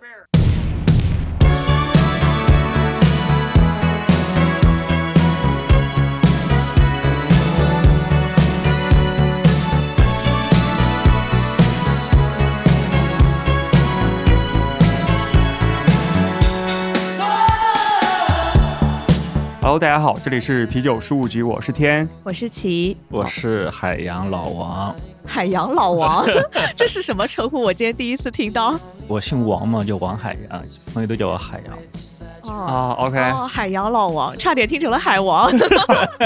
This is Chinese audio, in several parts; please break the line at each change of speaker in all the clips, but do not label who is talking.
bear.
Hello，大家好，这里是啤酒事务局，我是天。
我是齐
我是海洋老王，
海洋老王， 这是什么称呼？我今天第一次听到。
我姓王嘛，叫王海洋，朋友都叫我海 洋。
哦，
啊，OK，
哦，海洋老王，差点听成了海王。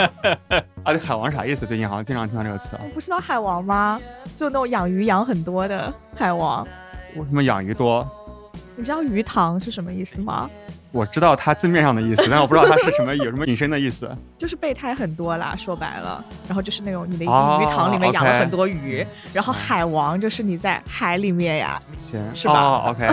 啊，这海王啥意思？最近好像经常听到这个词啊。
不知道海王吗？就那种养鱼养很多的海王。
为什么养鱼多？
你知道鱼塘是什么意思吗？
我知道它字面上的意思，但我不知道它是什 么有什么引申的意思。
就是备胎很多啦，说白了，然后就是那种你的一
哦
个鱼塘里面养了
OK
很多鱼，然后海王就是你在海里面呀，
行，
是吧
哦，OK，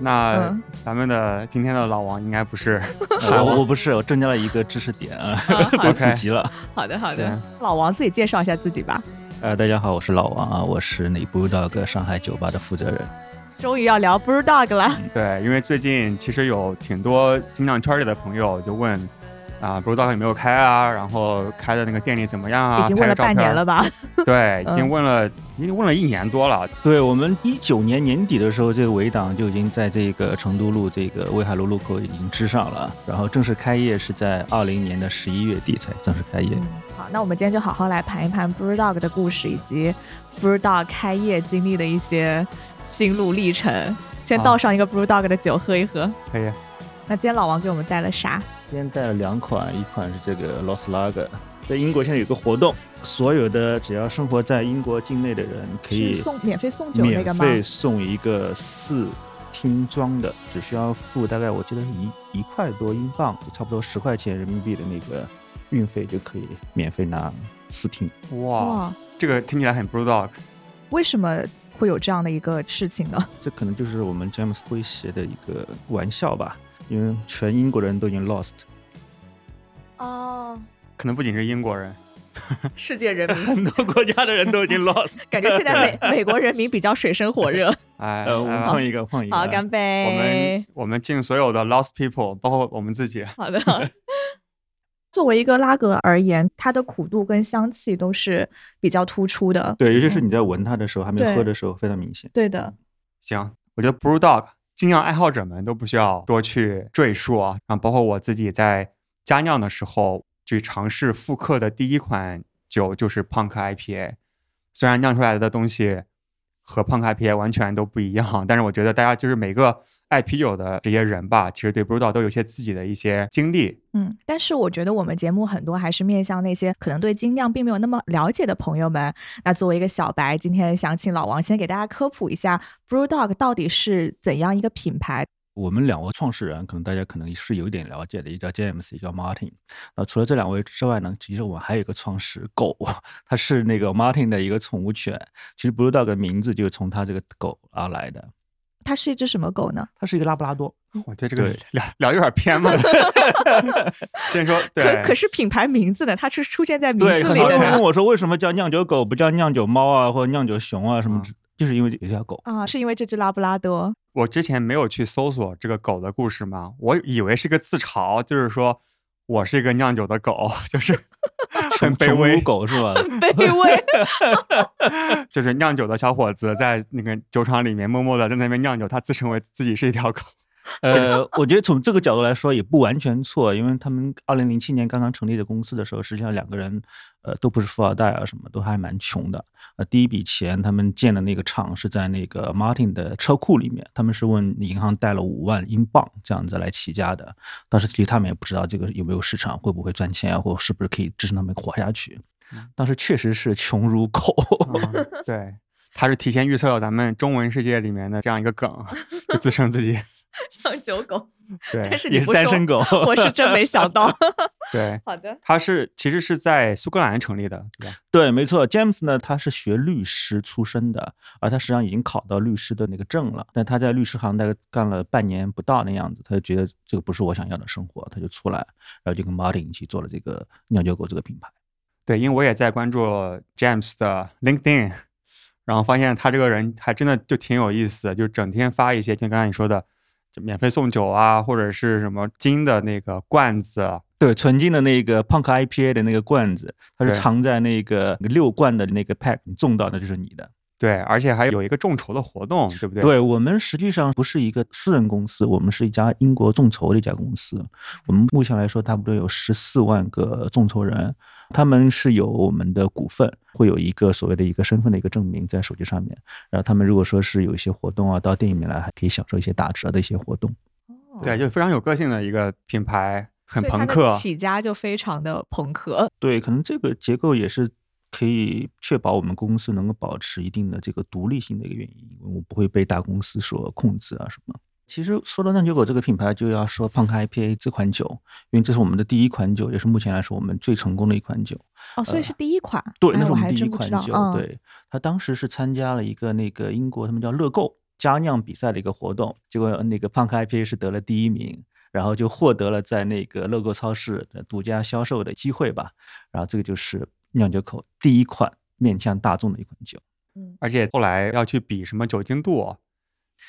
那
嗯
咱们的今天的老王应该不 是
我呃我不是，我增加了一个知识点，
啊
我
好
普及了。
好的，好的
嗯 行。
老王自己介绍一下自己吧。
呃，大家好，我是老王啊，我是内部 dog 上海酒吧的负责人。
终于要聊 Blue Dog 了，
对，因为最近其实有挺多精酿圈里的朋友就问啊，不知道它有没有开啊，然后开的那个店里怎么样啊，
已经问
拍
了
个照
半年
片
了，吧？
对，已经
嗯
问了，已经问了一年多了，
对我们一九年年底的时候，这个围挡就已经在这个成都路这个威海路路口已经支上了，然后正式开业是在二零年的十一月底才正式开业。
好，那我们今天就好好来盘一盘 Brew Dog 的故事，以及 Brew Dog 开业经历的一些心路历程。先
好
倒上一个 Brew Dog 的酒喝一喝。
可以。
那今天老王给我们带了啥？
今天带了两款，一款是这个 Los Lager，在英国现在有个活动，所有的只要生活在英国境内的人可
是
以
送免费送酒那
免
个吗？
费送一个四听装的，只需要付大概我记得是一一块多英镑，就差不多十块钱人民币的那个运费就可以免费拿四听。
哇，
哇，
这个听起来很 b r u d o g
为什么会有这样的一个事情呢？
这可能就是我们 James 诙谐的一个玩笑吧，因为全英国人都已经 lost，
哦，
可能不仅是英国人，
世界人民
很多国家的人都已经 lost。
感觉现在美美国人民比较水深火热。
哎，
呃，我们
哎
换一个，换一个。
好，干
我
杯
们！我们敬所有的 lost people，包括我们自己。
好的。作为一个拉格而言，它的苦度跟香气都是比较突出的。
对，尤其是你在闻它的时候，还没有
对
喝的时候，非常明显。
对的，
行，我觉得 brew dog 精酿爱好者们都不需要多去赘述啊。然后包括我自己在加酿的时候去尝试复刻的第一款酒就是 punk IPA，虽然酿出来的东西和 punk IPA 完全都不一样，但是我觉得大家就是每个爱啤酒的这些人吧，其实对 brew dog 都有一些自己的一些经历。
嗯，但是我觉得我们节目很多还是面向那些可能对精酿并没有那么了解的朋友们。那作为一个小白，今天想请老王先给大家科普一下 Brew Dog 到底是怎样一个品牌。
我们两位创始人，可能大家可能是有一点了解的，一个叫 James，一个叫 Martin。那除了这两位之外呢，其实我们还有一个创始狗，它是那个 Martin 的一个宠物犬。其实 Blue Dog 的名字就是从它这个狗而来的，
它是一只什么狗呢？
它是一个拉布拉多。
我觉得这个
对
聊聊有点偏嘛。先说对，
可可是品牌名字呢？它是出现在名
对，
字
很
里
多
的
人问
呢。
我说为什么叫酿酒狗不叫酿酒猫啊，或者酿酒熊啊什么
嗯
之，就是因为有一条 狗。
啊，是因为这只拉布拉多。
我之前没有去搜索这个狗的故事嘛，我以为是个自嘲，就是说我是一个酿酒的狗， 就是很卑
宠物
微，
狗是吧？
卑 微，
就是酿酒的小伙子在那个酒厂里面默默的在那边酿酒，他自称为自己是一条狗。
呃，我觉得从这个角度来说也不完全错，因为他们二零零七年刚刚成立的公司的时候，实际上两个人呃都不是富二代啊，什么都还蛮穷的。呃，第一笔钱他们建的那个厂是在那个 Martin 的车库里面，他们是问银行贷了五万英镑这样子来起家的。当时其实他们也不知道这个有没有市场，会不会赚钱啊，或者是不是可以支撑他们活下去
嗯。
当时确实是穷如狗，
嗯、对，他是提前预测了咱们中文世界里面的这样一个梗，就自称自己
像酒狗，
对
但是你
也是
不
单
说，
身狗。
我是真没想 到。
对，
好的，
他是其实是在苏格兰成立的，对吧？
对，没错，James 呢，他是学律师出身的，而他实际上已经考到律师的那个证了，但他在律师行大概干了半年不到那样子，他就觉得这个不是我想要的生活，他就出来，然后就跟 Martin 一起做了这个酿酒狗这个品牌。
对，因为我也在关注 James 的 LinkedIn， 然后发现他这个人还真的就挺有意思的，就整天发一些，就刚才你说的，就免费送酒啊，或者是什么金的那个罐子，
对，纯净的那个 Punk IPA 的那个罐子，它是
对
藏在那个六罐的那个 pack，你中到的就是你的。
对，而且还有一个众筹的活动，对不对？，
对我们实际上不是一个私人公司，我们是一家英国众筹的一家公司。我们目前来说，差不多有十四万个众筹人，他们是有我们的股份，会有一个所谓的一个身份的一个证明在手机上面。然后他们如果说是有一些活动啊，到店里面来还可以享受一些打折的一些活动。
对，就非常有个性的一个品牌，很
哦所以它
朋
的
啊
克，
起家就非常的朋克。
对，可能这个结构也是可以确保我们公司能够保持一定的这个独立性的一个原因，因为我不会被大公司所控制啊什么。其实说到酿酒狗这个品牌，就要说胖克 IPA 这款酒，因为这是我们的第一款酒，也是目前来说我们最成功的一款酒。
哦，所以是第一款，
呃对，
哎
那是
我
们
还
第一
真不
款
知道
酒。
嗯、，
对，他当时是参加了一个那个英国他们叫乐购佳酿比赛的一个活动，结果那个胖克 IPA 是得了第一名，然后就获得了在那个乐购超市的独家销售的机会吧。然后这个就是酿酒口第一款面向大众的一款酒。
而且后来要去比什么酒精度，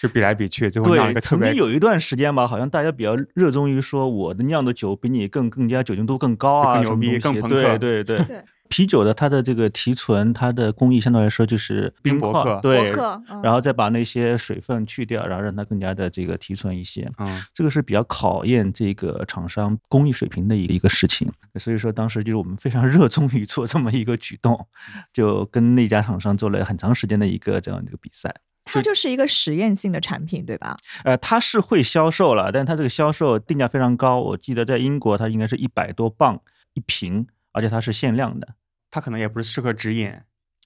就比来比去，最后酿了一
对，
个特
曾
别
经有一段时间吧，好像大家比较热衷于说我的酿的酒比你更更加酒精度更高啊，
更
什
牛
么
逼
东
更
西
朋克
对对对。 啤酒的它的这个提纯，它的工艺相对来说就是
冰
冰
博
块
客
对
博客嗯，
然后再把那些水分去掉，然后让它更加的这个提纯一些。
嗯，
这个是比较考验这个厂商工艺水平的一个一个事情，所以说当时就是我们非常热衷于做这么一个举动，
嗯
就跟那家厂商做了很长时间的一个这样的一个比赛。
它就是一个实验性的产品，对吧？
呃，它是会销售了，但它这个销售定价非常高，我记得在英国它应该是一百多磅一瓶，而且它是限量的。
它可能也不是适合直饮，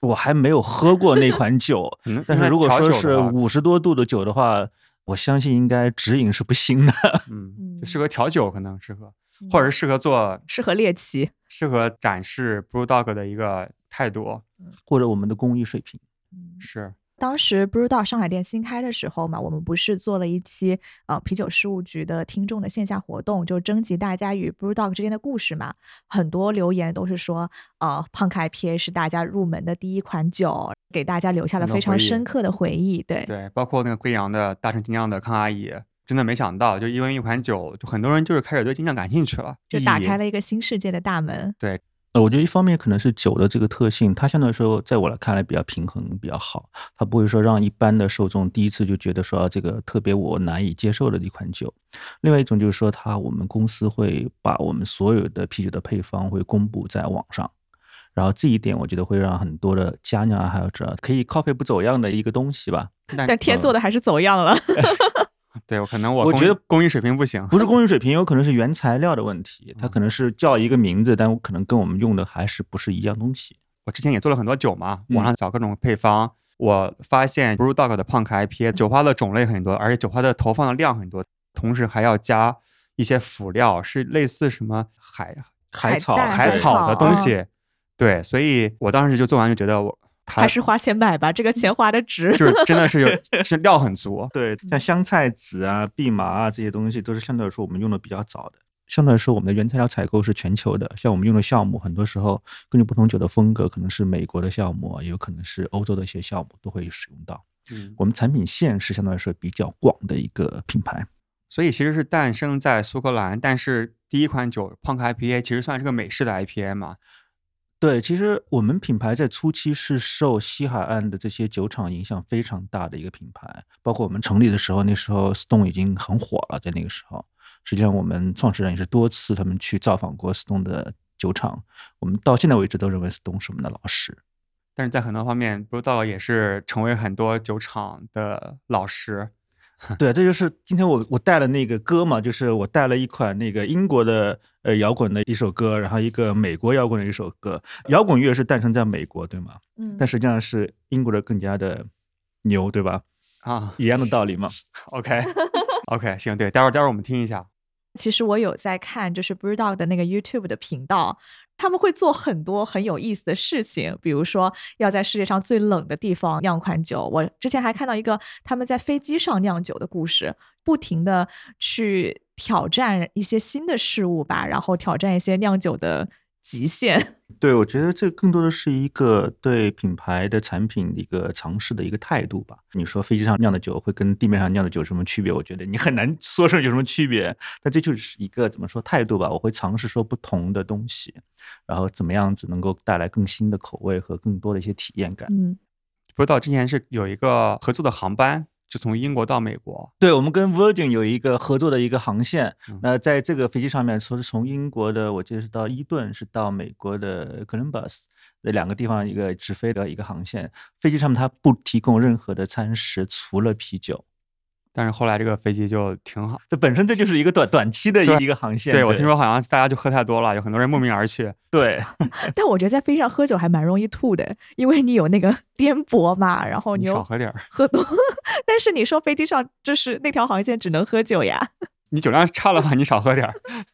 我还没有喝过那 款酒
可能，用
但是
来
如果
调
说
酒的
是
话
五十多度的酒的话，我相信应该直饮是不行的。
嗯，
嗯
就适合调酒，可能适合，或者是适合做，
适合猎奇。
适合展示 brew dog 的一个态度，
或者我们的工艺水平。
嗯
是
当时 Brew 到上海店新开的时候嘛，我们不是做了一期呃啤酒事务局的听众的线下活动，就征集大家与 Brew Dog 之间的故事嘛。很多留言都是说，呃，胖克 IPA 是大家入门的第一款酒，给大家留下了
很多
非
回
常
忆
深刻的回忆。对，
对，包括那个贵阳的大成精酿的康阿姨，真的没想到，就因为一款酒，就很多人就是开始对精酿感兴趣了，
就打
意义嗯
开了一个新世界的大门。
呃，我觉得一方面可能是酒的这个特性，它相对来说，在我来看来比较平衡，比较好。它不会说让一般的受众第一次就觉得说啊这个特别我难以接受的一款酒。另外一种就是说，它我们公司会把我们所有的啤酒的配方会公布在网上，然后这一点我觉得会让很多的家酿爱好者可以 copy 不走样的一个东西吧。
但
但天做的还是走样了，
对我可能我
我
工
觉得嗯
工艺水平不行，嗯
不是工艺水平，有可能是原材料的问题，它可能是叫一个名字，但可能跟我们用的还是不是一样东西。
我之前也做了很多酒嘛，
嗯
网上找各种配方，我发现 Brew Dog 的 Punk IPA
嗯
酒花的种类很多，而且酒花的投放的量很多，同时还要加一些辅料，是类似什么海
海草，
带
海
海
草的
草
东
嗯
西。对，所以我当时就做完就觉得我它
还是花钱买吧，这个钱花的 值。
嗯 就是真的是有是料很足，
对，像香菜籽啊、蓖麻啊这些东西，都是相对来说我们用的比较早的。相对来说，我们的原材料采购是全球的，像我们用的酵母，很多时候根据不同酒的风格，可能是美国的酵母，啊也有可能是欧洲的一些酵母都会使用到。
嗯，
我们产品线是相对来说比较广的一个品牌。
所以其实是诞生在苏格兰，但是第一款酒 Punk IPA 其实算是个美式的 IPA 嘛，
对，其实我们品牌在初期是受西海岸的这些酒厂影响非常大的一个品牌，包括我们成立的时候，那时候 Stone 已经很火了，在那个时候，实际上我们创始人也是多次他们去造访过 Stone 的酒厂，我们到现在为止都认为 Stone 是我们的老师。
但是在很多方面 Brew Dog 也是成为很多酒厂的老师，
对，这就是今天我我带了那个歌嘛，就是我带了一款那个英国的呃摇滚的一首歌，然后一个美国摇滚的一首歌，摇滚乐是诞生在美国，对吗？
嗯
但实际上是英国的更加的牛，对吧？
啊
一样的道理嘛。
，OK OK，行，对，待会儿待会儿我们听一下，
其实我有在看，就是 BrewDog 的那个 YouTube 的频道，他们会做很多很有意思的事情，比如说要在世界上最冷的地方酿款酒。我之前还看到一个他们在飞机上酿酒的故事，不停的去挑战一些新的事物吧，然后挑战一些酿酒的 极限。
对，我觉得这更多的是一个对品牌的产品的一个尝试的一个态度吧。你说飞机上酿的酒会跟地面上酿的酒有什么区别？我觉得你很难说上有什么区别。但这就是一个怎么说态度吧。我会尝试说不同的东西，然后怎么样子能够带来更新的口味和更多的一些体验感。
嗯，
不知道之前是有一个合作的航班，就从英国到美国，
对，我们跟 Virgin 有一个合作的一个航线
嗯。
那在这个飞机上面，说是从英国的，我记得是到伊顿，是到美国的 Columbus 这两个地方一个直飞的一个航线。飞机上面它不提供任何的餐食，除了啤酒。
但是后来这个飞机就停好。
这本身这就是一个短短期的
对
一一个航线。
对我听说好像大家就喝太多了，有很多人慕名而去。
对。哎
但我觉得在飞机上喝酒还蛮容易吐的，因为你有那个 颠簸嘛，然后
你
你
少
又
喝点儿，
喝多。 但是你说飞机上就是那条航线只能喝酒呀？
你酒量差了吧，你少喝点儿；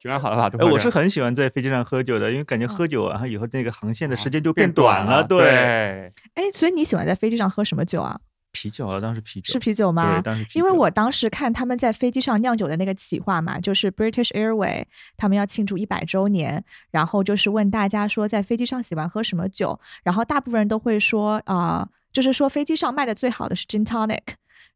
酒量好的话，多
哎，
喝
我
点
是
儿
很喜欢在飞机上喝酒的，因为
嗯
感觉喝酒然后以后那个航线的时间就变
哦短
短了。对，
对，
哎，所以你喜欢在飞机上喝什么酒啊？
啤酒啊，当时啤酒
是啤酒吗
对，？当时啤
因为
酒
我当时看他们在飞机上酿酒的那个企划嘛，就是 British Airway 他们要庆祝一百周年，然后就是问大家说在飞机上喜欢喝什么酒，然后大部分人都会说啊、呃就是说飞机上卖的最好的是 gin tonic，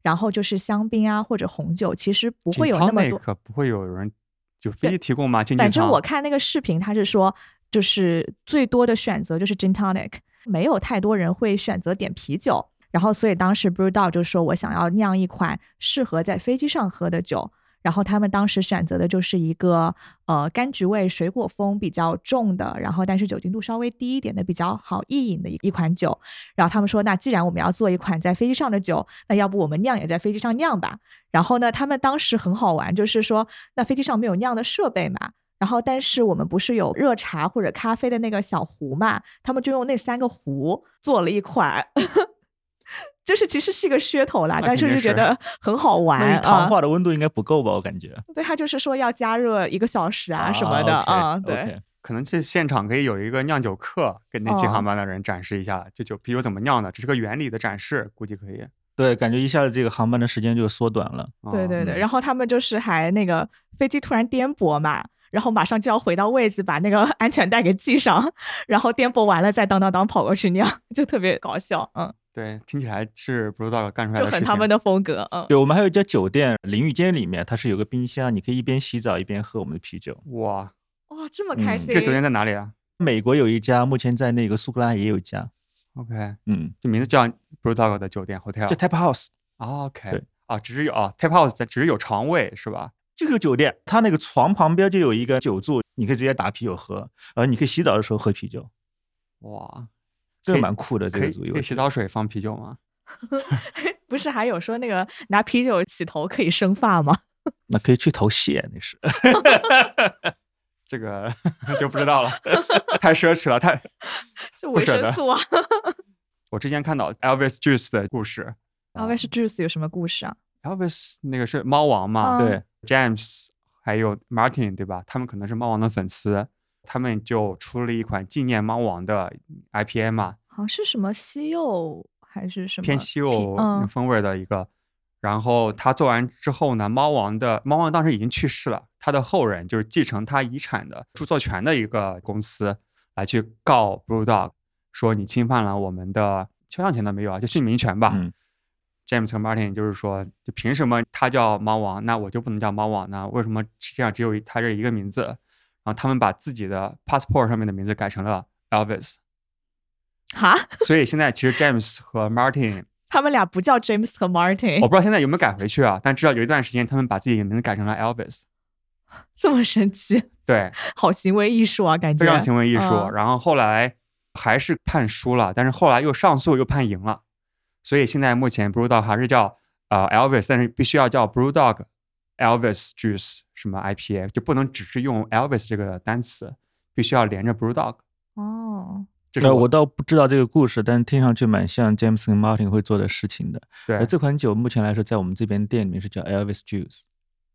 然后就是香槟啊或者红酒，其实不会有那么多。
可不会有人就飞机提供吗？进
反
进
正
仓
我看那个视频，他是说就是最多的选择就是 gin tonic，没有太多人会选择点啤酒。然后，所以当时 Brewdog 就说我想要酿一款适合在飞机上喝的酒。然后他们当时选择的就是一个呃柑橘味、水果风比较重的，然后但是酒精度稍微低一点的，比较好意饮的一一款酒。然后他们说，那既然我们要做一款在飞机上的酒，那要不我们酿也在飞机上酿吧？然后呢，他们当时很好玩，就是说，那飞机上没有酿的设备嘛，然后，但是我们不是有热茶或者咖啡的那个小壶嘛？他们就用那三个壶做了一款， 就是其实是一个噱头啦，
那
但
肯
是
定
就觉
是
得很好玩
那
啊
糖。化的温度应该不够吧？我感觉
对，他就是说要加热一个小时啊什么的啊，
OK，
对
OK
可能这现场可以有一个酿酒课，给那几
哦
航班的人展示一下，这酒啤酒怎么酿的，只是个原理的展示，估计可以。
对，感觉一下子这个航班的时间就缩短了。
对
嗯
对对。
嗯
然后他们就是还那个飞机突然颠簸嘛。然后马上就要回到位子，把那个安全带给系上，然后颠簸完了再当当当跑过去酿，就特别搞笑，嗯，
对，听起来是不知道干出来
就
的事
很
情。
他们的风格，嗯。
对，我们还有一家酒店，淋浴间里面它是有个冰箱，你可以一边洗澡一边喝我们的啤酒。
哇，
哇，这么开
嗯
心！
这个酒店在哪里啊
美国有一家，目前在那个苏格兰也有一家，
？OK，
嗯，
就名字叫 b r u t a l 的酒店 hotel。
叫 Tap House。
啊 OK
对
啊，只是有啊 tap house 在只是有床位是吧？
这个酒店它那个床旁边就有一个酒柱，你可以直接打啤酒喝，呃，你可以洗澡的时候喝啤酒，
哇，可
这个
以
蛮酷的这
可
个
以
主意。
可
我
以
觉
洗
得
澡水放啤酒吗？
不是还有说那个拿啤酒洗头可以生发吗？
那可以去头屑，那是。
啊这个 就不知道了，太奢侈了，太
就
不
维
舍
生
得
素啊。
我之前看到 Elvis Juice 的故事
然后 Vest Juice 有什么故事啊？
，Elvis 那个是猫王嘛，
嗯
对，
James 还有 Martin 对吧？他们可能是猫王的粉丝，他们就出了一款纪念猫王的 IPA 嘛，
好像是什么西柚还是什么
偏西柚那
嗯
风味儿的一个。然后他做完之后呢，猫王的猫王当时已经去世了，他的后人就是继承他遗产的著作权的一个公司来去告 Blue Dog 说你侵犯了我们的肖像权的没有啊，就姓名权吧。
嗯
James 和 Martin 就是说，就凭什么他叫猫王，那我就不能叫猫王呢？为什么世界上只有一他这一个名字？然后他们把自己的 passport 上面的名字改成了 Elvis，
哈，
所以现在其实 James 和 Martin，
他们俩不叫 James 和
我
Martin，
不知道现在有没有改回去啊，但至少有一段时间他们把自己的名字改成了 Elvis，
这么神奇，
对，
好行为艺术啊，感觉
非常行为艺术。
嗯
然后后来还是判输了，但是后来又上诉又判赢了，所以现在目前 Blue Dog 还是叫呃 Elvis，但是必须要叫 Blue Dog Elvis Juice 什么 IPA，就不能只是用 Elvis 这个单词，必须要连着 Blue Dog。
哦，
这是
呃，我倒不知道这个故事，但听上去蛮像 James 跟 Martin 会做的事情的。
对
呃，这款酒目前来说，在我们这边店里面是叫 Elvis Juice。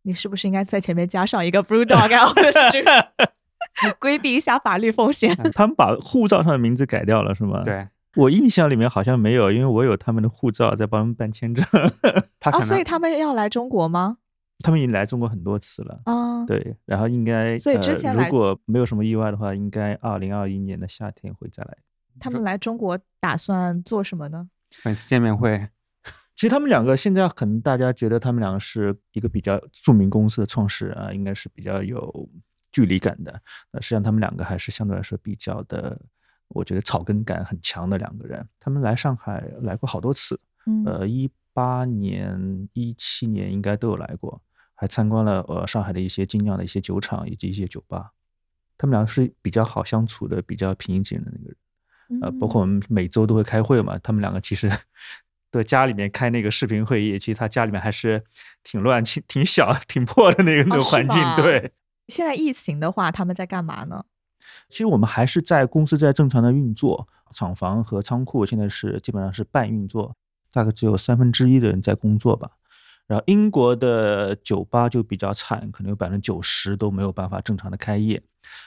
你是不是应该在前面加上一个 Blue Dog 啊 Elvis Juice，规避一下法律风险？
他们把护照上的名字改掉了，是吗？，
对
我印象里面好像没有，因为我有他们的护照在帮他们办签证。
他
啊，
可
所
能
以他们要来中国吗？
他们已经来中国很多次了。
啊，
对，然后应该，
所以之前
呃、
来
如果没有什么意外的话，应该二零二一年的夏天会再来。
他们来中国打算做什么呢？
粉丝见面会，
其实他们两个现在可能大家觉得他们两个是一个比较著名公司的创始人啊，应该是比较有距离感的。那实际上他们两个还是相对来说比较的，我觉得草根感很强的两个人。他们来上海来过好多次，
嗯，
呃，一八年、一七年应该都有来过，还参观了呃上海的一些精酿的一些酒厂以及一些酒吧。他们俩是比较好相处的，比较平易近人的那个人。呃，
嗯
包括我们每周都会开会嘛，他们两个其实对家里面开那个视频会议，其实他家里面还是挺乱、挺挺小、挺破的那个那
哦
个
是
环境。
吗
对，
现在疫情的话，他们在干嘛呢？
其实我们还是在公司在正常的运作，厂房和仓库现在是基本上是半运作，大概只有三分之一的人在工作吧。然后英国的酒吧就比较惨，可能有百分之九十都没有办法正常的开业。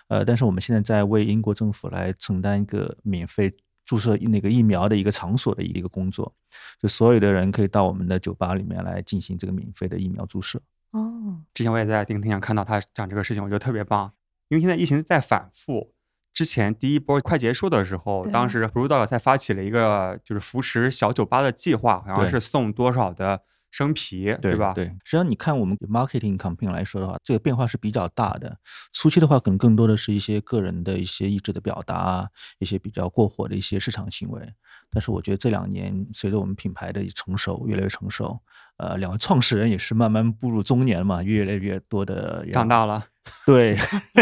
呃，但是我们现在在为英国政府来承担一个免费注射那个疫苗的一个场所的一个工作，就所有的人可以到我们的酒吧里面来进行这个免费的疫苗注射。
哦，
之前我也在钉钉上看到他讲这个事情，我觉得特别棒，因为现在疫情在反复。之前第一波快结束的时候，
对
当时 b r u d o 才发起了一个就是扶持小酒吧的计划，好像
对
是送多少的生啤，对吧？
对，实际上你看我们 marketing campaign 来说的话，这个变化是比较大的。初期的话，可能更多的是一些个人的一些意志的表达啊，一些比较过火的一些市场行为。但是我觉得这两年，随着我们品牌的成熟，越来越成熟，呃，两位创始人也是慢慢步入中年嘛，越来越多的
长大了，
对，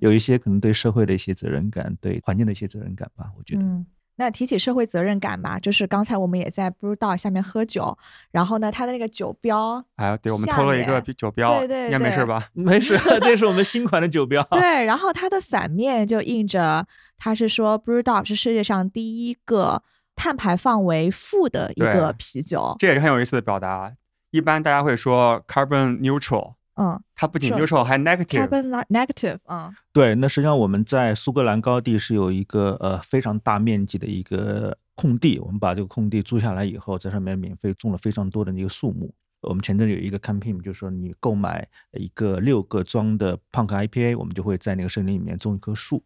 有一些可能对社会的一些责任感，对环境的一些责任感吧，我觉得。
嗯，那提起社会责任感吧，就是刚才我们也在 Brew d o 下面喝酒，然后呢，它的那个酒标，
哎，对我们
下
偷了一个
面
酒标，
对对
应该没事
对
吧？
没事，这是我们新款的酒标。
对，然后它的反面就印着，它是说 Brew d o 是世界上第一个碳排放为负的一个
对
啤酒。
这也是很有意思的表达。一般大家会说 carbon neutral，
嗯
它不仅
是
neutral 还 negative，
，carbon li- negative，嗯，
对，那实际上我们在苏格兰高地是有一个呃非常大面积的一个空地，我们把这个空地租下来以后，在上面免费种了非常多的那个树木。我们前阵有一个 campaign，就是说你购买一个六个装的 Punk IPA，我们就会在那个森林里面种一棵树。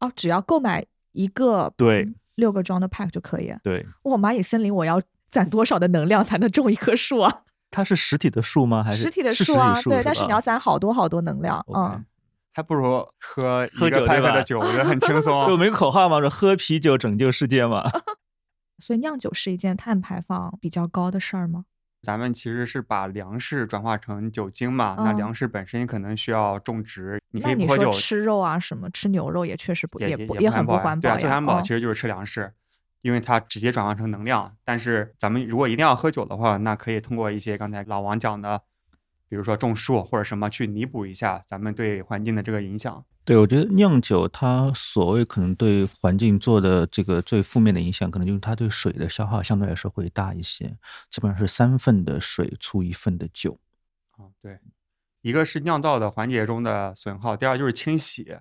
哦，只要购买一个
对
六个装的 pack 就可以。
对，
哇，蚂蚁森林我要攒多少的能量才能种一棵树啊？
它是实体的树吗？还是
实体的
是
树啊，对，
吧
但是你要攒好多好多能量，
OK
嗯，
还不如喝
喝
一个 p
酒对
a
吧
的酒，我觉得很轻
对 我
松。
们有个口号嘛，说喝啤酒拯救世界嘛。
所以酿酒是一件碳排放比较高的事儿吗？
咱们其实是把粮食转化成酒精嘛，那
嗯
粮食本身可能需要种植，你可
那
以不
你
喝酒
说，吃肉啊什么，吃牛肉也确实不
也
不
也
也
环
很
保
不
呀
环
对啊，
保呀。
最环保
嗯
其实就是吃粮食，因为它直接转化成能量。但是咱们如果一定要喝酒的话，那可以通过一些刚才老王讲的，比如说种树或者什么去弥补一下咱们对环境的这个影响。
对，我觉得酿酒它所谓可能对环境做的这个最负面的影响，可能就是它对水的消耗相对来说会大一些，基本上是三份的水出一份的酒。
啊，对，一个是酿造的环节中的损耗，第二就是清洗。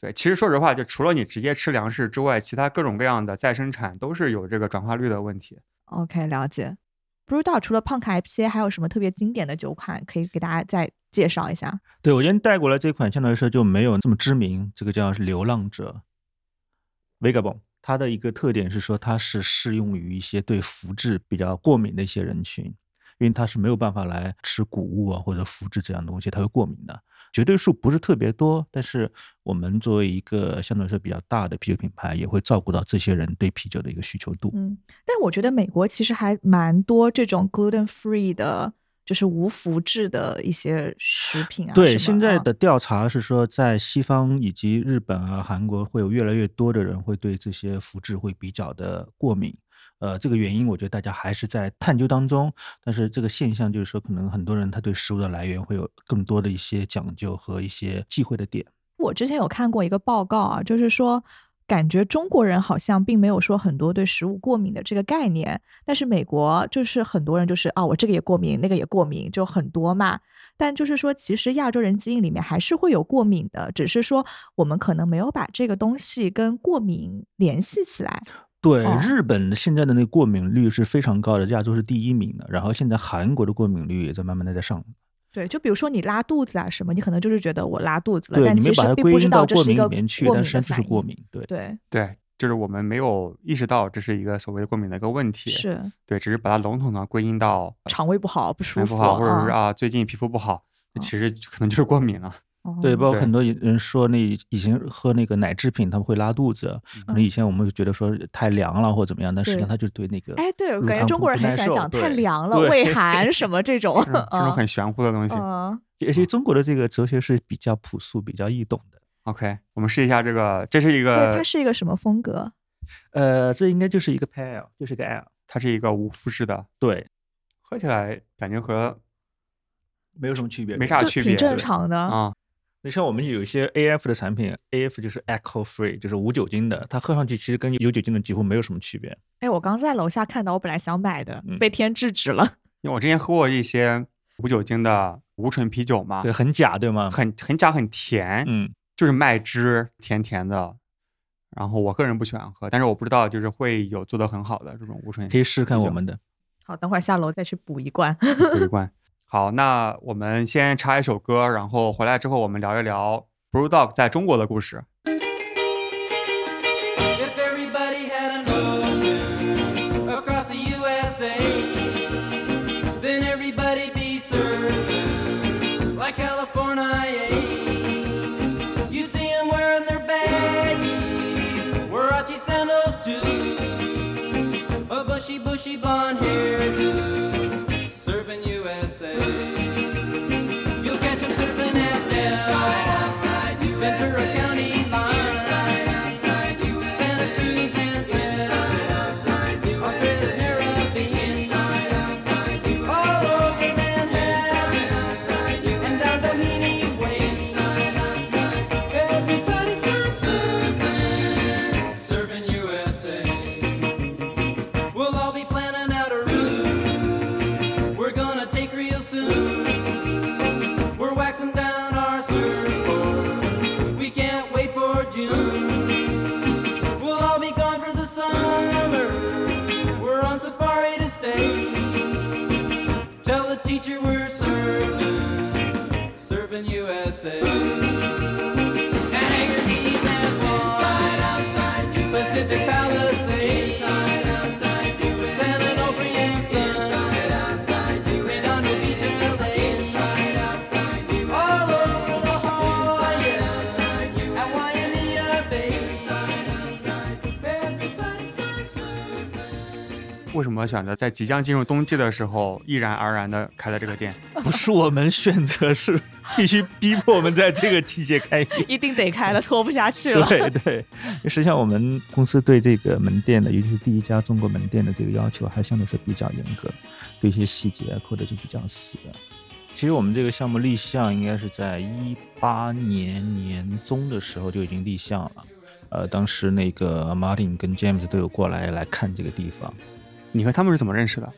对，其实说实话，就除了你直接吃粮食之外，其他各种各样的再生产都是有这个转化率的问题。
OK，了解。不知道除了胖卡 IPA 还有什么特别经典的酒款可以给大家再介绍一下？
对我今天带过来这款，相对来说就没有这么知名，这个叫是流浪者 （Vagabond）。它的一个特点是说，它是适用于一些对麸质比较过敏的一些人群，因为它是没有办法来吃谷物啊或者麸质这样的东西，它会过敏的。绝对数不是特别多，但是我们作为一个相对来说比较大的啤酒品牌，也会照顾到这些人对啤酒的一个需求度。
嗯，但我觉得美国其实还蛮多这种 gluten free 的，就是无麸质的一些食品啊什么。
对，现在
嗯
的调查是说，在西方以及日本啊、韩国，会有越来越多的人会对这些肤质会比较的过敏。呃，这个原因我觉得大家还是在探究当中，但是这个现象就是说，可能很多人他对食物的来源会有更多的一些讲究和一些忌讳的点。
我之前有看过一个报告啊，就是说，感觉中国人好像并没有说很多对食物过敏的这个概念，但是美国就是很多人就是啊，我这个也过敏，那个也过敏，就很多嘛。但就是说，其实亚洲人基因里面还是会有过敏的，只是说我们可能没有把这个东西跟过敏联系起来。
对，
哦
日本的现在的那个过敏率是非常高的，亚洲是第一名的。然后现在韩国的过敏率也在慢慢的在上
对，就比如说你拉肚子啊什么，你可能就是觉得我拉肚子了，
对，
但
你没
其实
把它
并
归
不知
因
道
到
这
过
是一
敏
个
里面去，
过
但
敏
实际上
的
就是
反
过
应。
敏。对，
对，
对，就是我们没有意识到这是一个所谓的过敏的一个问题，
是
对，只是把它笼统的归因到呃
肠胃不好不舒
皮
服
肤
啊，
好，或者是啊最近皮肤不好，那
嗯
其实可能就是过敏 了。
哦，
嗯对，包括
对
很多人说那以前喝那个奶制品他们会拉肚子，可能以前我们就觉得说太凉了或怎么样，但实际上
对
它就是嗯对那个
哎，对，我
乳
感觉
糖
中
不
国人
不
很
耐
喜欢
受
讲太
对
凉了、
对
胃寒什么这种，
这种这种很玄乎的东西。
嗯
而且中国的这个哲学是比较朴素、比较易懂的。
OK，我们试一下这个，这是一
嗯，所以
个
它，是一个什么风格？
呃，这应该就是一个 pair，就是个 L。
它是一个无复制的，
对，
喝起来感觉和
没有什么区别，
没啥
就
区
挺
别
正
对
常的。
啊
那像我们有一些 AF 的产品，AF 就是 alcohol free，就是无酒精的，它喝上去其实跟有酒精的几乎没有什么区别。
哎，我刚在楼下看到，我本来想买的，
嗯
被天制止了。
因为我之前喝过一些无酒精的无醇啤酒嘛
对，，啊很假，对吗？
很很假，很甜，
嗯，
就是麦汁，甜甜的。然后我个人不喜欢喝，但是我不知道就是会有做的很好的这种无醇
可以试试看
啤酒
我们 的。
好，等会儿下楼再去补一罐。
回关。好，那我们先插一首歌，然后回来之后我们聊一聊 Brew Dog 在中国的故事。
If everybody had an ocean across the USA, then everybody'd be surfing like California. You'd see 'em wearing their baggies, Warachi sandals too, a bushy, bushy blonde hairdo, surfing USA. You'll catch 'em surfing at Inside, outside, Ventura County line. Inside, outside, Santa Cruz and Inside, outside, Australia's narrow beach. Inside, outside, All over Manhattan. Inside, outside, And down Doheny Way. Inside, outside, Everybody's gone surfing. Surfing USA. We'll all be planning out a route. We're gonna take real soon. We're waxing down our surfboard. We can't wait for June. We'll all be gone for the summer. We're on safari to stay. Tell the teacher we're surfing, surfing USA. Inside, outside, Pacific Palisades. Inside, outside, San Onofre and Inside, outside, Redondo Beach, LA. Inside, outside, all over the Hawaii. Inside, outside, at Waimea Bay. Inside, outside, everybody's gone surfing.
为什么选择在即将进入冬季的时候，毅然而然的开了这个店？
不是我们选择，是必须逼迫我们在这个季节开业。
一定得开了，拖不下去了。
嗯对对，实际上我们公司对这个门店的，尤其是第一家中国门店的这个要求，还相对是比较严格，对一些细节啊扣的就比较死的。其实我们这个项目立项应该是在一八年年中的时候就已经立项了，呃，当时那个 Martin 跟 James 都有过来来看这个地方。
你和他们是怎么认识的？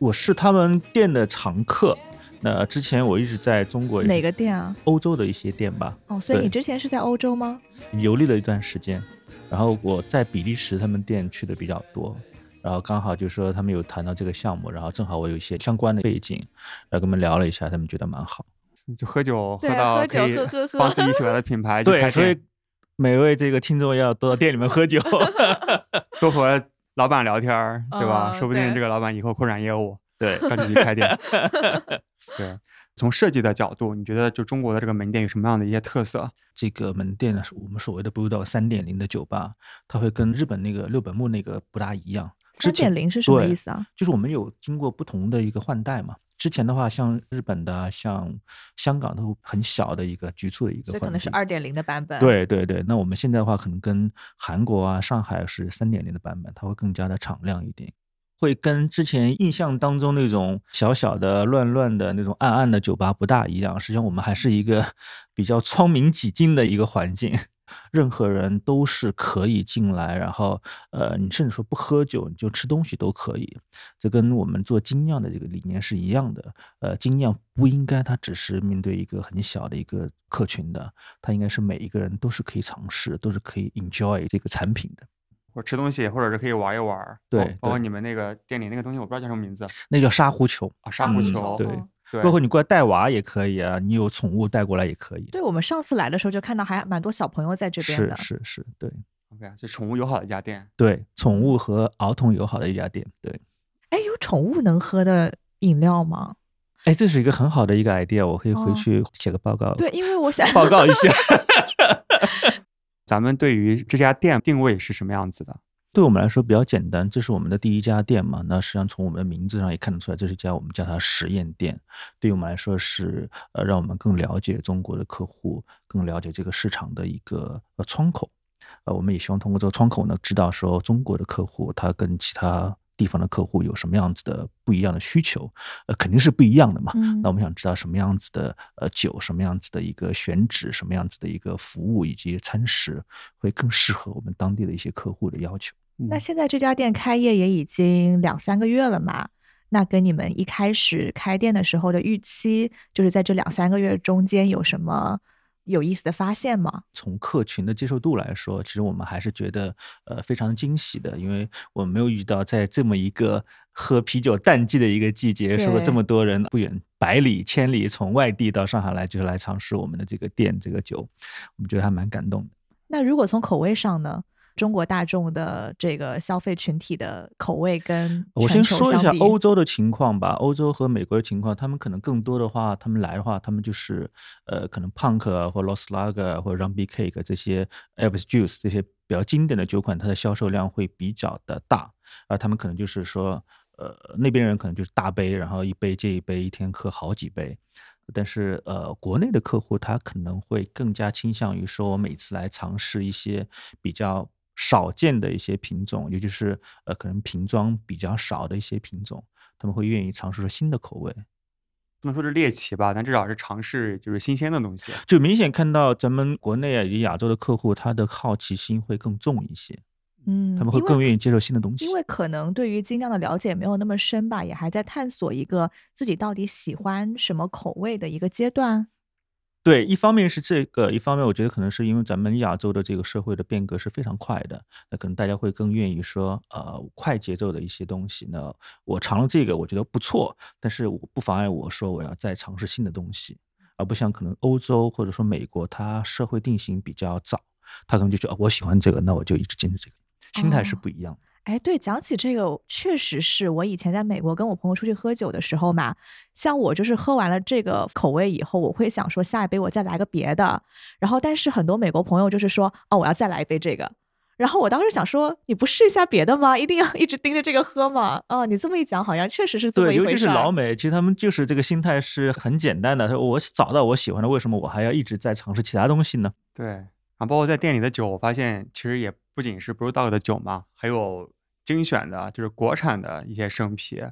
我是他们店的常客，那之前我一直在中国、
哪个店啊？
欧洲的一些店吧，
哦，所以
对
你之前是在欧洲吗？
游历了一段时间，然后我在比利时他们店去的比较多，然后刚好就说他们有谈到这个项目，然后正好我有一些相关的背景，然后跟他们聊了一下，他们觉得蛮好。
就喝酒喝
对啊
到
喝酒
可以
喝喝喝
帮自己喜欢的 品牌去开
所以
店，
每位这个听众要多到店里面喝酒。
多和老板聊天儿，对吧？
嗯
说不定
对
这个老板以后扩展业务，
对，
让你去开店。对，从设计的角度，你觉得就中国的这个门店有什么样的一些特色？
这个门店呢，是我们所谓的 Blue Dog 三点零的酒吧，它会跟日本那个六本木那个不大一样。之
三
前
点零是什么
对
意思啊？
就是我们有经过不同的一个换代嘛。之前的话，像日本的啊、像香港都很小的一个局促的一个
所
环
以
境，
可能是二点零的版本。，
对对对，那我们现在的话，可能跟韩国啊、上海是三点零的版本，它会更加的敞亮一点，会跟之前印象当中那种小小的、乱乱的那种暗暗的酒吧不大一样。实际上，我们还是一个 比较窗明几净的一个环境。任何人都是可以进来，然后呃，你甚至说不喝酒，你就吃东西都可以。这跟我们做精酿的这个理念是一样的。呃，精酿不应该它只是面对一个很小的一个客群的，它应该是每一个人都是可以尝试，都是可以 enjoy 这个产品的。
或者吃东西，或者是可以玩一玩儿。
对
包包括
对
你们那个店里那个东西，我不知道叫什么名字
那叫沙狐球，
啊，沙狐
嗯
球。
哦
对，
对
包括你过来带娃也可以啊，你有宠物带过来也可以。
对我们上次来的时候就看到还蛮多小朋友在这边
是
的，
是是，对
OK 啊，是宠物友好的一家店。
对，宠物和儿童友好的一家店。对，
哎，有宠物能喝的饮料吗？
哎，这是一个很好的一个 idea，我可以回
哦
去写个报告，
对，因为我 想
报告一下。
咱们对于这家店定位是什么样子的？
对我们来说比较简单，这是我们的第一家店嘛。那实际上从我们的名字上也看得出来，这是一家我们叫它实验店。对于我们来说是呃，让我们更了解中国的客户，更了解这个市场的一个呃窗口。呃，我们也希望通过这个窗口呢，知道说中国的客户他跟其他地方的客户有什么样子的不一样的需求，呃，肯定是不一样的嘛。
嗯
那我们想知道什么样子的呃酒，什么样子的一个选址，什么样子的一个服务以及餐食，会更适合我们当地的一些客户的要求。
那现在这家店开业也已经两三个月了嘛，那跟你们一开始开店的时候的预期，就是在这两三个月中间有什么有意思的发现吗？
从客群的接受度来说，其实我们还是觉得呃非常惊喜的，因为我没有遇到在这么一个喝啤酒淡季的一个季节，
对
说这么多人不远百里千里从外地到上海来，就是来尝试我们的这个店这个酒，我们觉得还蛮感动的。
那如果从口味上呢，中国大众的这个消费群体的口味跟
我
全
先
球
说一
相
下
比
欧洲的情况吧，欧洲和美国的情况，他们可能更多的话，他们来的话，他们就是呃，可能 Punk 啊或 Lost Lager 啊或 Rumby Cake 啊这些 Elvis Juice 这些比较经典的酒款，它的销售量会比较的大，而他们可能就是说，呃，那边人可能就是大杯，然后一杯接一杯，一天喝好几杯。但是呃，国内的客户他可能会更加倾向于说，我每次来尝试一些比较少见的一些品种，尤其是呃可能瓶装比较少的一些品种，他们会愿意尝试新的口味。
不能说是猎奇吧，但至少是尝试就是新鲜的东西。
就明显看到咱们国内啊以及亚洲的客户，他的好奇心会更重一些，
嗯，
他们会
因为
更愿意接受新的东西
因。为可能对于精酿的了解没有那么深吧，也还在探索一个自己到底喜欢什么口味的一个阶段。
对，一方面是这个，一方面我觉得可能是因为咱们亚洲的这个社会的变革是非常快的，那可能大家会更愿意说，呃，快节奏的一些东西。那我尝了这个，我觉得不错，但是我不妨碍我说我要再尝试新的东西，而不像可能欧洲或者说美国，它社会定型比较早，他可能就觉得、哦我喜欢这个，那我就一直坚持这个，心态是
哦
不一样的。
哎，对，讲起这个，确实是我以前在美国跟我朋友出去喝酒的时候嘛，像我就是喝完了这个口味以后，我会想说下一杯我再来个别的，然后但是很多美国朋友就是说，哦，我要再来一杯这个。然后我当时想说，你不试一下别的吗？一定要一直盯着这个喝吗？哦，你这么一讲，好像确实是这么
对，
一
尤
回事儿。
其是老美，其实他们就是这个心态是很简单的。他说我找到我喜欢的，为什么我还要一直在尝试其他东西呢？
对，然后包括在店里的酒，我发现其实也不仅是 BrewDog 的酒嘛，还有精选的，就是国产的一些生啤。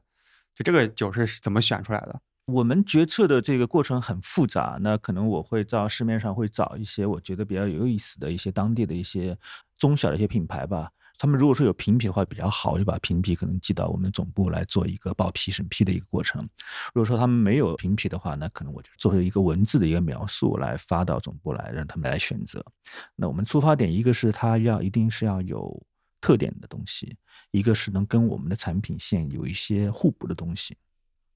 就这个酒是怎么选出来的？
我们决策的这个过程很复杂，那可能我会到市面上会找一些我觉得比较有意思的一些当地的一些中小的一些品牌吧。他们如果说有评比的话比较好，就把评比可能寄到我们的总部来做一个报批审批的一个过程。如果说他们没有评比的话，那可能我就作为一个文字的一个描述来发到总部来，让他们来选择。那我们出发点一个是它要一定是要有特点的东西，一个是能跟我们的产品线有一些互补的东西。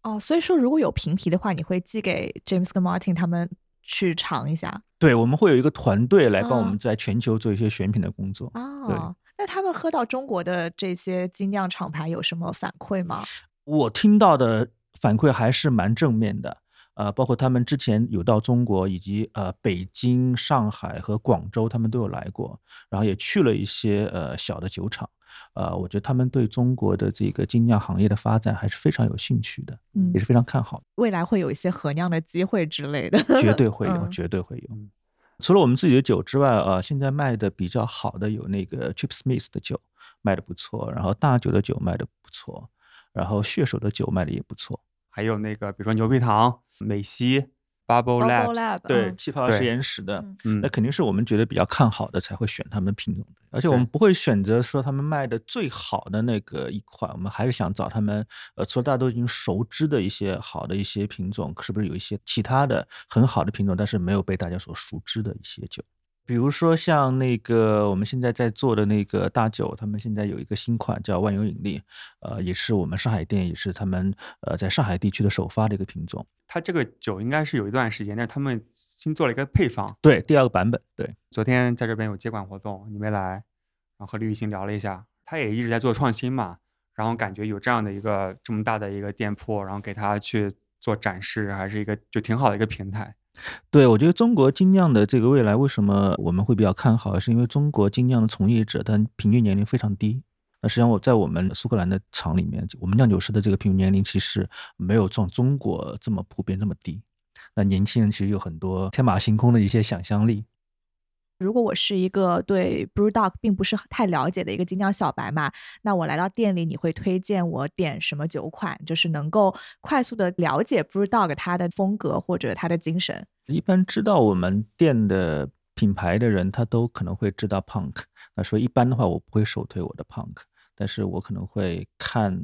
哦，所以说如果有评皮的话，你会寄给 James 跟 Martin 他们去尝一下
对，我们会有一个团队来帮我
啊
们在全球做一些选品的工作。
哦。那他们喝到中国的这些精酿厂牌有什么反馈吗？
我听到的反馈还是蛮正面的，呃，包括他们之前有到中国，以及呃北京、上海和广州，他们都有来过，然后也去了一些呃小的酒厂。呃，我觉得他们对中国的这个精酿行业的发展还是非常有兴趣的，
嗯
也是非常看好的。
未来会有一些合酿的机会之类的，
绝 对会有，
嗯
绝对会有。除了我们自己的酒之外，呃，现在卖的比较好的有那个 Chip Smith 的酒卖的不错，然后大酒的酒卖的不错，然后血手的酒卖的也不错。
还有那个，比如说牛皮糖、美西、Bubble
Bubble
Labs，
Lab
对，
嗯
气泡
对
实验室的，
嗯
嗯
那，肯定是我们觉得比较看好的才会选他们的品种的，而且我们
对
不会选择说他们卖的最好的那个一款，我们还是想找他们呃，除了大家都已经熟知的一些好的一些品种，是不是有一些其他的很好的品种，但是没有被大家所熟知的一些酒？比如说像那个我们现在在做的那个大九，他们现在有一个新款叫万有引力，呃，也是我们上海店，也是他们呃在上海地区的首发的一个品种。
它这个酒应该是有一段时间，但是他们新做了一个配方。
对，第二个版本，对，
昨天在这边有接管活动，你没来，然后和李雨欣聊了一下，他也一直在做创新嘛，然后感觉有这样的一个这么大的一个店铺，然后给他去做展示，还是一个就挺好的一个平台。
对，我觉得中国精酿的这个未来，为什么我们会比较看好，是因为中国精酿的从业者，他平均年龄非常低。那实际上我在我们苏格兰的厂里面，我们酿酒师的这个平均年龄其实没有像中国这么普遍这么低。那年轻人其实有很多天马行空的一些想象力。
如果我是一个对 brew dog 并不是太了解的一个精酿小白嘛，那我来到店里，你会推荐我点什么酒款？就是能够快速的了解 brew dog 它的风格或者它的精神。
一般知道我们店的品牌的人，他都可能会知道 Punk。那说一般的话，我不会首推我的 Punk，但是我可能会看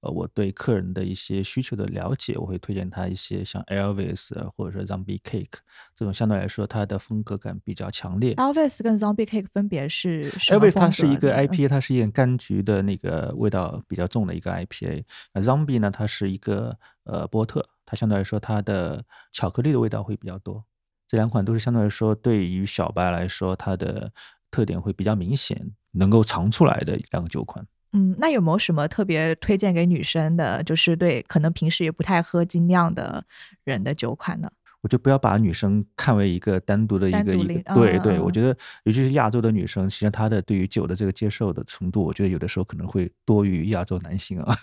呃我对客人的一些需求的了解，我会推荐他一些像 Elvis 啊或者说 Zombie Cake 这种相对来说它的风格感比较强烈。
Elvis 跟 Zombie Cake 分别是什么
Elvis
风
它是
格嗯
一个
呢
IPA，它是一点柑橘的那个味道比较重的一个 IPA。那呃 Zombie 呢，它是一个呃波特，它相对来说它的巧克力的味道会比较多。这两款都是相对来说对于小白来说，它的特点会比较明显，能够尝出来的两个酒款。
嗯，那有没有什么特别推荐给女生的？就是对可能平时也不太喝精酿的人的酒款呢？
我觉得不要把女生看为一个单独的一
单
个
独
一
领
个，对
嗯
对，
嗯
我觉得尤其是亚洲的女生，实际上她的对于酒的这个接受的程度，我觉得有的时候可能会多于亚洲男性啊。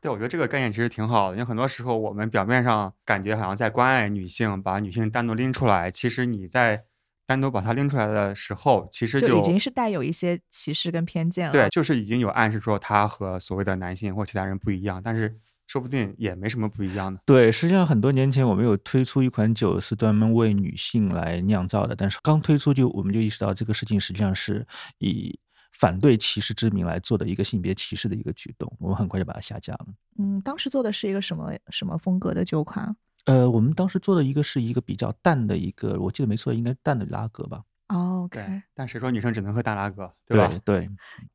对，我觉得这个概念其实挺好的，因为很多时候我们表面上感觉好像在关爱女性，把女性单独拎出来，其实你在单独把它拎出来的时候，其实
就已经是带有一些歧视跟偏见了。
对，就是已经有暗示说她和所谓的男性或其他人不一样，但是说不定也没什么不一样的。
对，实际上很多年前我们有推出一款酒是专门为女性来酿造的，但是刚推出就我们就意识到这个事情实际上是以反对歧视之名来做的一个性别歧视的一个举动，我们很快就把它下架了。
嗯，当时做的是一个什么什么风格的酒款
呃，我们当时做的一个是一个比较淡的一个，我记得没错，应该是淡的拉格吧？
哦？OK，
但谁说女生只能喝大拉格，对吧？
对，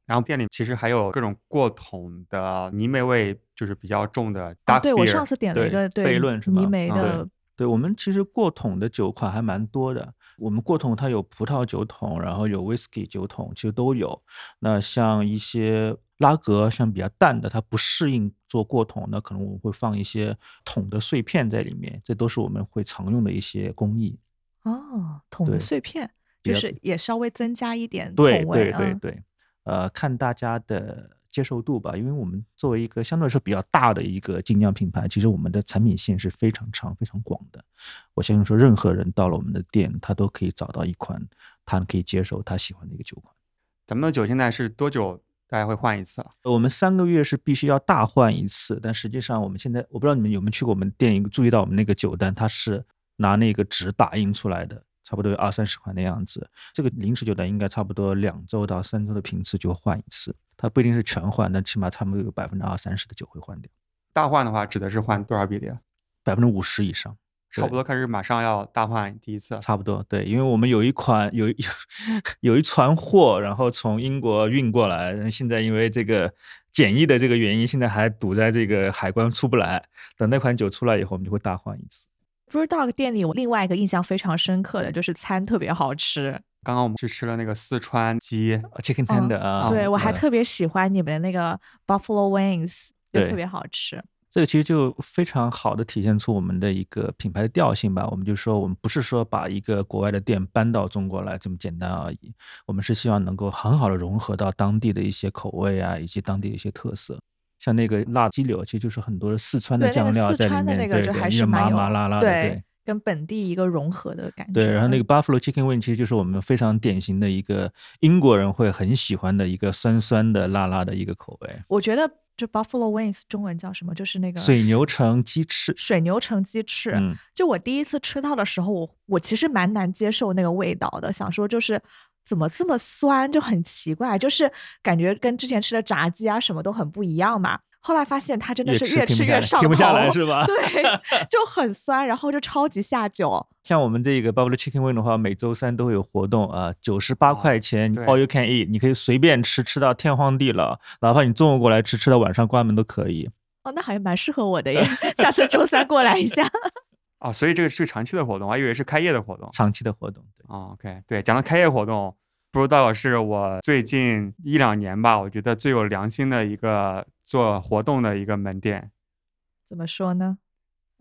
然后店里其实还有各种过桶的泥煤味，就是比较重的 dark beer、
啊，对我上次点了一
对
个对
悖论是
泥
吧
煤
啊
的
对我们其实过桶的酒款还蛮多的。我们过桶它有葡萄酒桶，然后有 whisky 酒桶，其实都有。那像一些拉格，像比较淡的，它不适应做过桶，那可能我们会放一些桶的碎片在里面，这都是我们会常用的一些工艺。
哦，桶的
对
碎片，
比
就
较
是也稍微增加一点桶
对
味
对对
嗯。
对，呃，看大家的接受度吧，因为我们作为一个相对来说比较大的一个精酿品牌，其实我们的产品线是非常长、非常广的。我相信说，任何人到了我们的店，他都可以找到一款他可以接受、他喜欢的一个酒款。
咱们的酒现在是多久大概会换一次啊？
呃我们三个月是必须要大换一次，但实际上我们现在，我不知道你们有没有去过我们店，注意到我们那个酒单，它是拿那个纸打印出来的，差不多有二三十款的样子。这个临时酒单应该差不多两周到三周的频次就换一次，它不一定是全换，但起码差不多有百分之二三十的酒会换掉，
大换的话指的是换多少比例啊？
百分之五十以上。
差不多开始马上要大换第一次，
差不多，对，因为我们有一款有一 有一船货，然后从英国运过来，现在因为这个检疫的这个原因，现在还堵在这个海关出不来。等那款酒出来以后，我们就会大换一次。
Brew Dog 店里，我另外一个印象非常深刻的就是餐特别好吃，
刚刚我们去吃了那个四川鸡，
啊 Chicken tender 啊，
哦对我还
嗯
特别喜欢你们的那个 Buffalo Wings，就
对
特别好吃。
这个其实就非常好的体现出我们的一个品牌的调性吧。我们就说，我们不是说把一个国外的店搬到中国来这么简单而已，我们是希望能够很好的融合到当地的一些口味啊，以及当地的一些特色。像那个辣鸡柳，其实就是很多的四川的
对那
酱
个
料
四
在里
川的那
面，对
个就
对
还
因
是
为麻
蛮有
麻辣辣的，对
对。，跟本地一个融合的感觉。
对，然后那个
嗯
Buffalo Chicken Wing 其实就是我们非常典型的一个英国人会很喜欢的一个酸酸的、辣辣的一个口味。
我觉得这 Buffalo Wings 中文叫什么？就是那个
水牛城鸡翅，
水牛城鸡翅。
嗯，
就我第一次吃到的时候，我我其实蛮难接受那个味道的，想说就是怎么这么酸，就很奇怪，就是感觉跟之前吃的炸鸡啊什么都很不一样嘛。后来发现它真的
越
是
吃
越
停
吃
不
越
下来
上头，
停不下来是 吧
对， 就很酸，然后就超级下酒。
像我们这个 Buffalo Chicken Wing 的话，每周三都会有活动啊，九十八块钱
对
All You Can Eat，你可以随便吃，吃到天荒地老，哪怕你中午过来吃，吃到晚上关门都可以。
哦，那好像蛮适合我的耶， 下次周三过来一下。
啊，所以这个是个长期的活动，我还以为是开业的活动。
长期的活动，对，
啊、o k 对，讲到开业活动，不如道友是我最近一两年吧，我觉得最有良心的一个做活动的一个门店。
怎么说呢？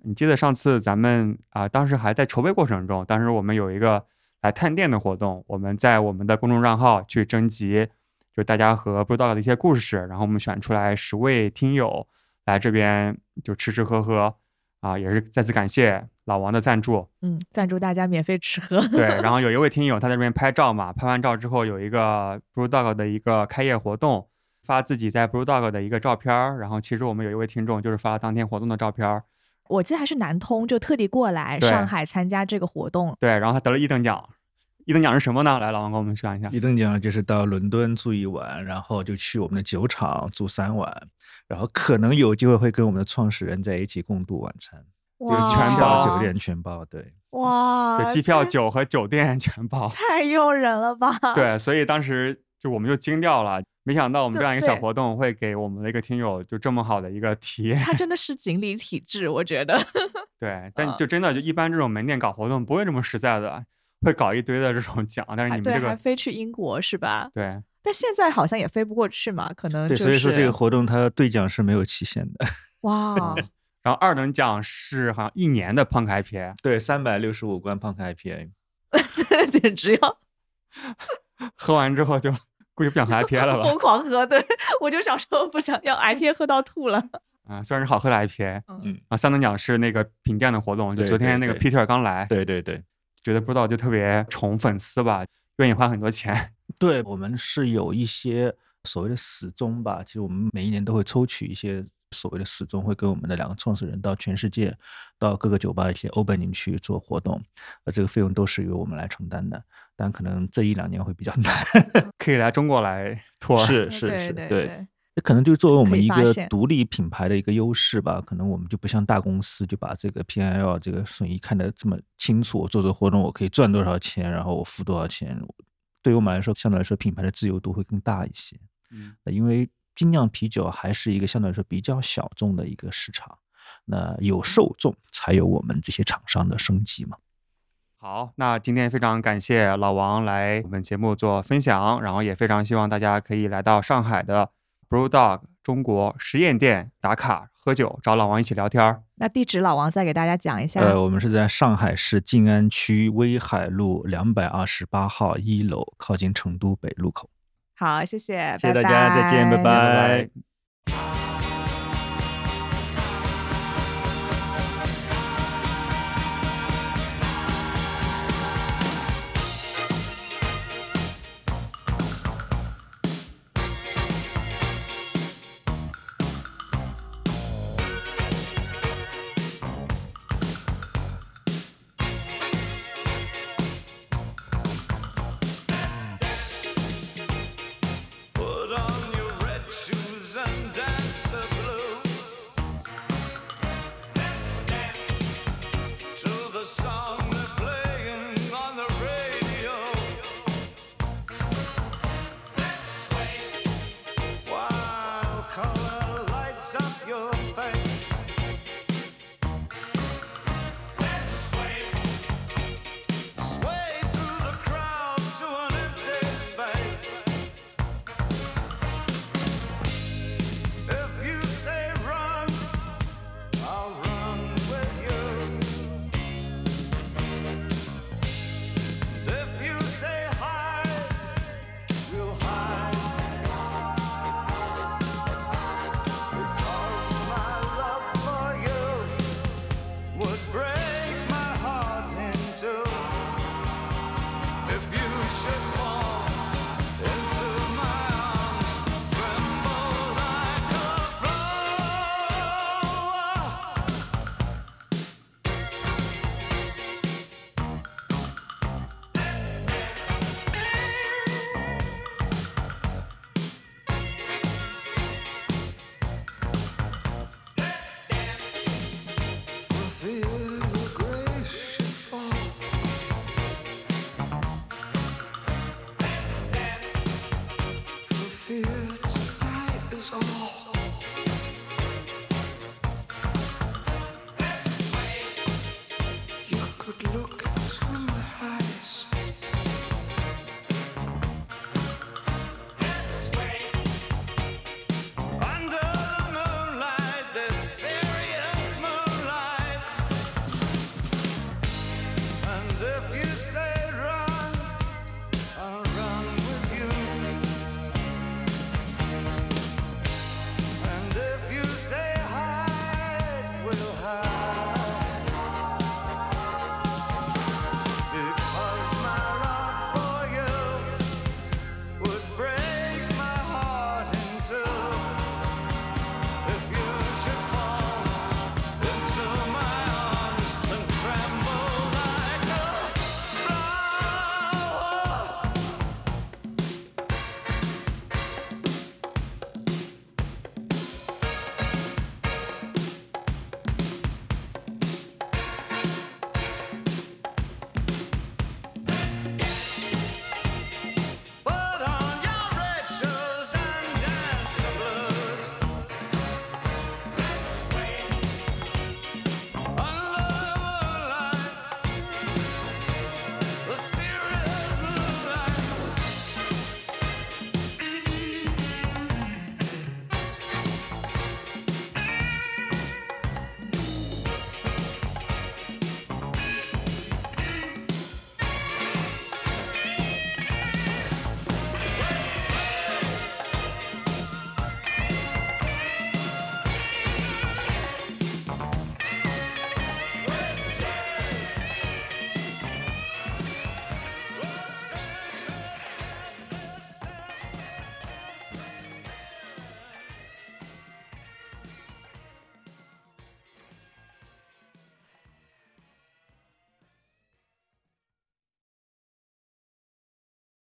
你记得上次咱们啊、当时还在筹备过程中，当时我们有一个来探店的活动，我们在我们的公众账号去征集，就是大家和 b r u d o g 的一些故事，然后我们选出来十位听友来这边就吃吃喝喝啊、也是再次感谢老王的赞助。
嗯，赞助大家免费吃喝。
对，然后有一位听友他在这边拍照嘛，拍完照之后有一个 Blue Dog 的一个开业活动，发自己在 Blue Dog 的一个照片儿。然后其实我们有一位听众就是发了当天活动的照片儿，
我记得还是南通，就特地过来
对
上海参加这个活动。
对，然后他得了一等奖。一等奖是什么呢？来，老王给我们讲一下。
一等奖就是到伦敦住一晚，然后就去我们的酒厂住三晚，然后可能有机会会跟我们的创始人在一起共度晚餐，
有全包
机票
哇
酒店全包，对，
哇，
对，机票、
太
酒和酒店全包。
太诱人了吧？，
对，所以当时就我们就惊掉了，没想到我们
对
这样一个小
对
活动会给我们的一个听友就这么好的一个体验。
他真的是锦鲤体质，我觉得。
对，但
啊
就真的就一般这种门店搞活动不会这么实在的，会搞一堆的这种奖，
哎
但是
还
你们
啊对，
这
还
个
飞去英国是吧？
对。
但现在好像也飞不过去嘛，可能、就
对，
是、
所以说这个嗯活动它兑奖是没有期限的，
哇，
然后二等奖是好像一年的 Punk IPA，
对，三百六十五罐 Punk IPA，
简直要
喝完之后就估计不想喝 IPA 了
疯
吧？
狂喝。对我就想说，不想要 IPA 喝到吐了。
啊，虽然是好喝的 IPA。
嗯
啊，三等奖是那个品鉴的活动，就
对
昨
对
天那个
对
Peter 刚来，
对对对。
觉得不知道就特别宠粉丝吧，愿意花很多钱。
对我们是有一些所谓的死忠吧，其实我们每一年都会抽取一些所谓的死忠，会跟我们的两个创始人到全世界，到各个酒吧一些 opening 去做活动，呃，这个费用都是由我们来承担的，但可能这一两年会比较 难。
可以来中国来 tour，
是
对
是是，
对
对，这可能就作为我
可
们
以
一
发
个
现
独立品牌的一个优势吧，可能我们就不像大公司就把这个 P N L 这个损益看得这么清楚，我做这个活动我可以赚多少钱，然后我付多少钱，对于我们来说，相对来说品牌的自由度会更大一些。
嗯
呃因为精酿啤酒还是一个相对来说比较小众的一个市场，那有受众才有我们这些厂商的升级嘛。
好，那今天非常感谢老王来我们节目做分享，然后也非常希望大家可以来到上海的 Brew Dog 中国实验店打卡喝酒，找老王一起聊天儿。
那地址老王再给大家讲一下。
呃，我们是在上海市静安区威海路两百二十八号一楼，靠近成都北路口。
好，谢谢，
谢谢大家再见拜拜
拜拜
While color lights up your face